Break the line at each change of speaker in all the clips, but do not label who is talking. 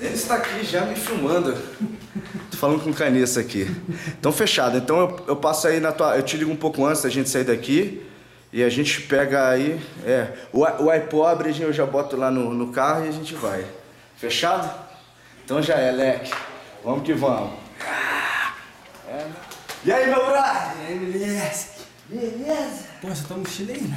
está aqui já me filmando. Tô falando com Canissa aqui. Então fechado. Então eu, eu passo aí na tua. Eu te ligo um pouco antes da gente sair daqui. E a gente pega aí. É, o, i- o iPobre eu já boto lá no, no carro e a gente vai. Fechado? Então já é, leque. Vamos que vamos. É, né? E aí, meu brother?
E aí, beleza?
Beleza?
Pô, você tá mochila aí?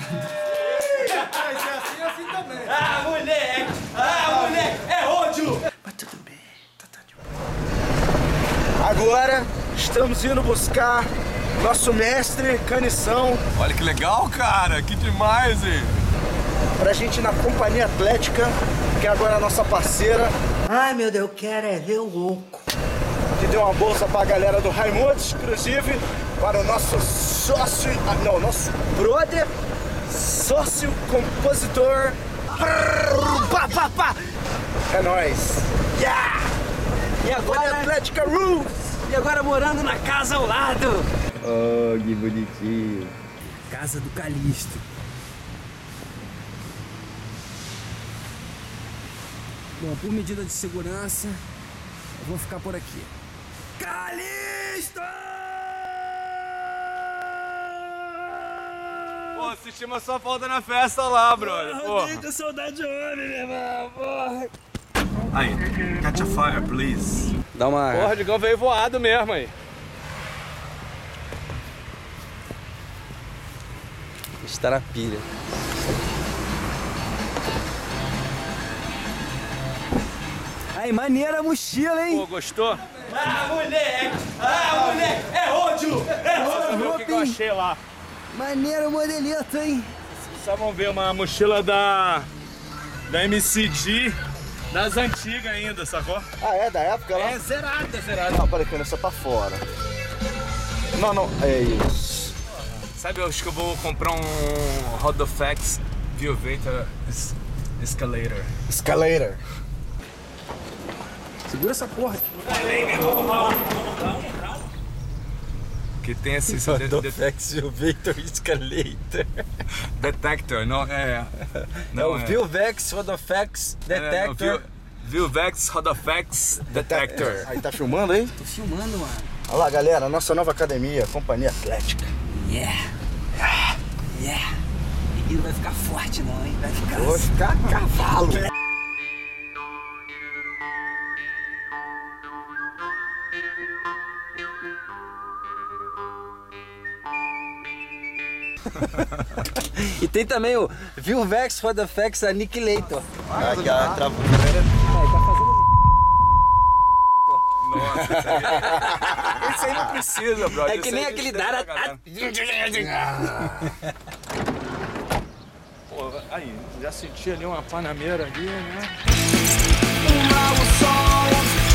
Mas é assim, assim também.
Ah, moleque! Ah, moleque! É ódio!
Mas tudo bem, tá, tá de boa. Agora estamos indo buscar nosso mestre Canição
Olha que legal, cara. Que demais, hein?
pra gente ir na Companhia Atlética, que é agora a nossa parceira,
Ai, meu Deus, eu quero é ver o louco.
que deu uma bolsa pra galera do Raimundos, inclusive para o nosso sócio, ah, não, nosso brother, sócio compositor. Brrr, pá, pá, pá. É nóis. Yeah! Companhia
E agora,
Atlética Rules!
e agora morando na casa ao lado!
Oh, que bonitinho.
Casa do Calixto. Bom, por medida de segurança, eu vou ficar por aqui. Calixto!
Pô, assistimos a sua falta na festa lá, brother. Porra.
Rodrigo, Ah, saudade de homem, meu irmão! Porra.
Aí, catch a fire, please.
Dá uma.
Porra, o Digão veio voado mesmo aí.
Está na pilha. Aí, maneira a mochila, hein?
Pô, gostou?
Ah, moleque! Ah, moleque! É ódio! É
Vamos ver o que que eu achei lá.
Maneira o modelito, hein?
Só vamos ver uma mochila da. da MCD. Das antigas ainda, sacou?
Ah, é da época lá?
zerada, zerada.
Não, peraí, que essa tá fora. Não, não, é isso.
Sabe, eu acho que eu vou comprar um Rodofax Viovator es- Escalator.
Escalator.
Segura essa porra.
Que tem esse esse de- de-
Vector Escalator.
detector, não é. Não
Vilvex Rodofex
É, não, Vil- Vilvex Rodofax Detector.
Aí tá filmando aí?
Tô filmando, mano.
Olha lá, galera, nossa nova academia, Companhia Atlética.
Yeah. Yeah. E não vai ficar forte, não, hein? Vai ficar.
Vou ficar a cavalo.
E tem também o Vilvex Rodofex Annihilator.
Aqui, a trava.
Nossa, isso aí- isso aí não precisa, brother.
É
Isso
que
aí
nem
a gente
aquele
tem
Dara.
pra galera. Pô, aí, já senti ali uma panameira ali, né?
Uma o sol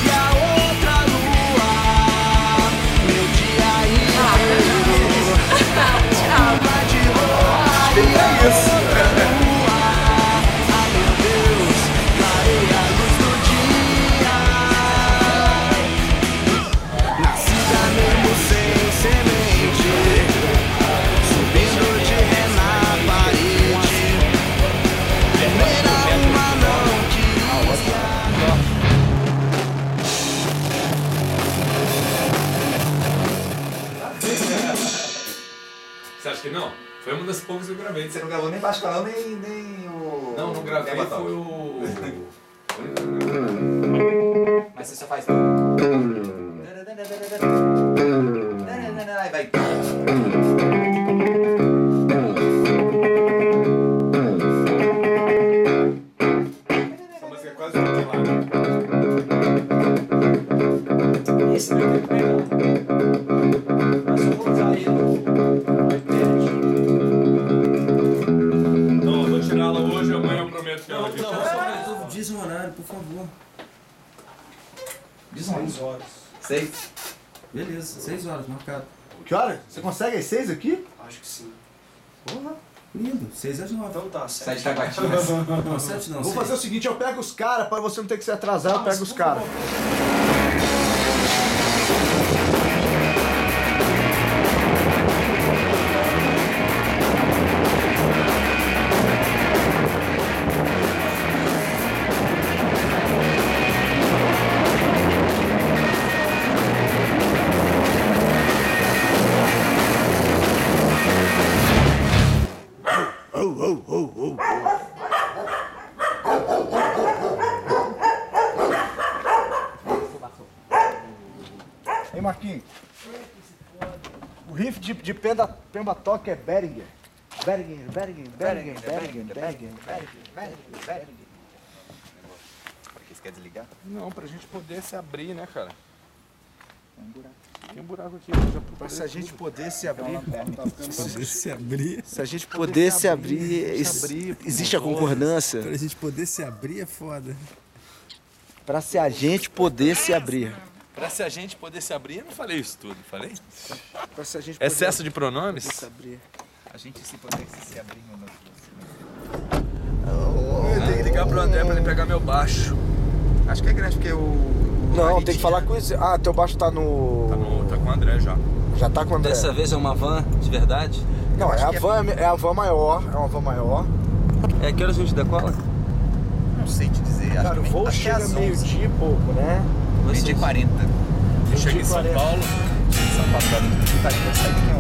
e a outra a lua. Meu dia inteiro. Tava de rolar e a lua. Ah, meu Deus, clareia a luz do dia. Nascida mesmo sem semente, subindo de ré na parede. Primeira uma não queria.
Você acha que não? Foi uma das poucas que eu gravei.
Você não gravou nem Bascalão, nem, nem o.
Não, não gravei,
nem Batal.
foi o...
Mas você só faz. Aí vai.
Essa música é quase um
Esse daqui é legal. Mas eu vou usar ele no iPad.
Não, vou tirá-la hoje, é amanhã eu prometo que ela
Diz o horário, por favor.
Sei.
Beleza, 6 horas, marcado.
Que hora? Você consegue às seis aqui?
Acho que sim.
Lindo, 6 às 9.
Então tá, Sai de Taguatinga.
Não, 7 não.
Vou
seis.
fazer o seguinte, eu pego os caras, pra você não ter que se atrasar, eu pego os caras. oh, oh, oh. Ei, Marquinhos. O riff de, de pemba, pemba toque é Beringer. Beringer, Beringer, Beringer, Beringer, Beringer, Beringer, Beringer.
Porque você quer desligar?
Não, pra gente poder se abrir, né, cara? Tem um buraco. Tem um buraco aqui. Já pra
Se a gente poder se abrir,
se abrir.
se a gente poder se abrir, ex- existe a concordância
Pra gente poder se abrir é foda.
para se a gente poder se abrir.
Pra se a gente poder se abrir, eu não falei isso tudo, falei?
Pra se a gente poder
Excesso de pronomes?
se abrir.
A gente se poder se abrir no nosso. Eu tenho que ligar pro André pra ele pegar meu baixo. Acho que é grande, porque o. o
Não,
Marinho
tem que
tinha-
falar com isso. Ah, teu baixo tá
Tá,
no.
no- tá com o André já.
Já tá com o André.
Dessa vez é uma van de verdade?
Não, é a, van, é a van maior. É uma van maior.
É que horas a gente decola?
Não sei te dizer. Acho
Cara, o
que
voo
acho que é
chega
às onze.
meio-dia e pouco, né?
Meio-dia e 40. Eu chego em São Paulo. São Paulo, tá? Eu saio daqui a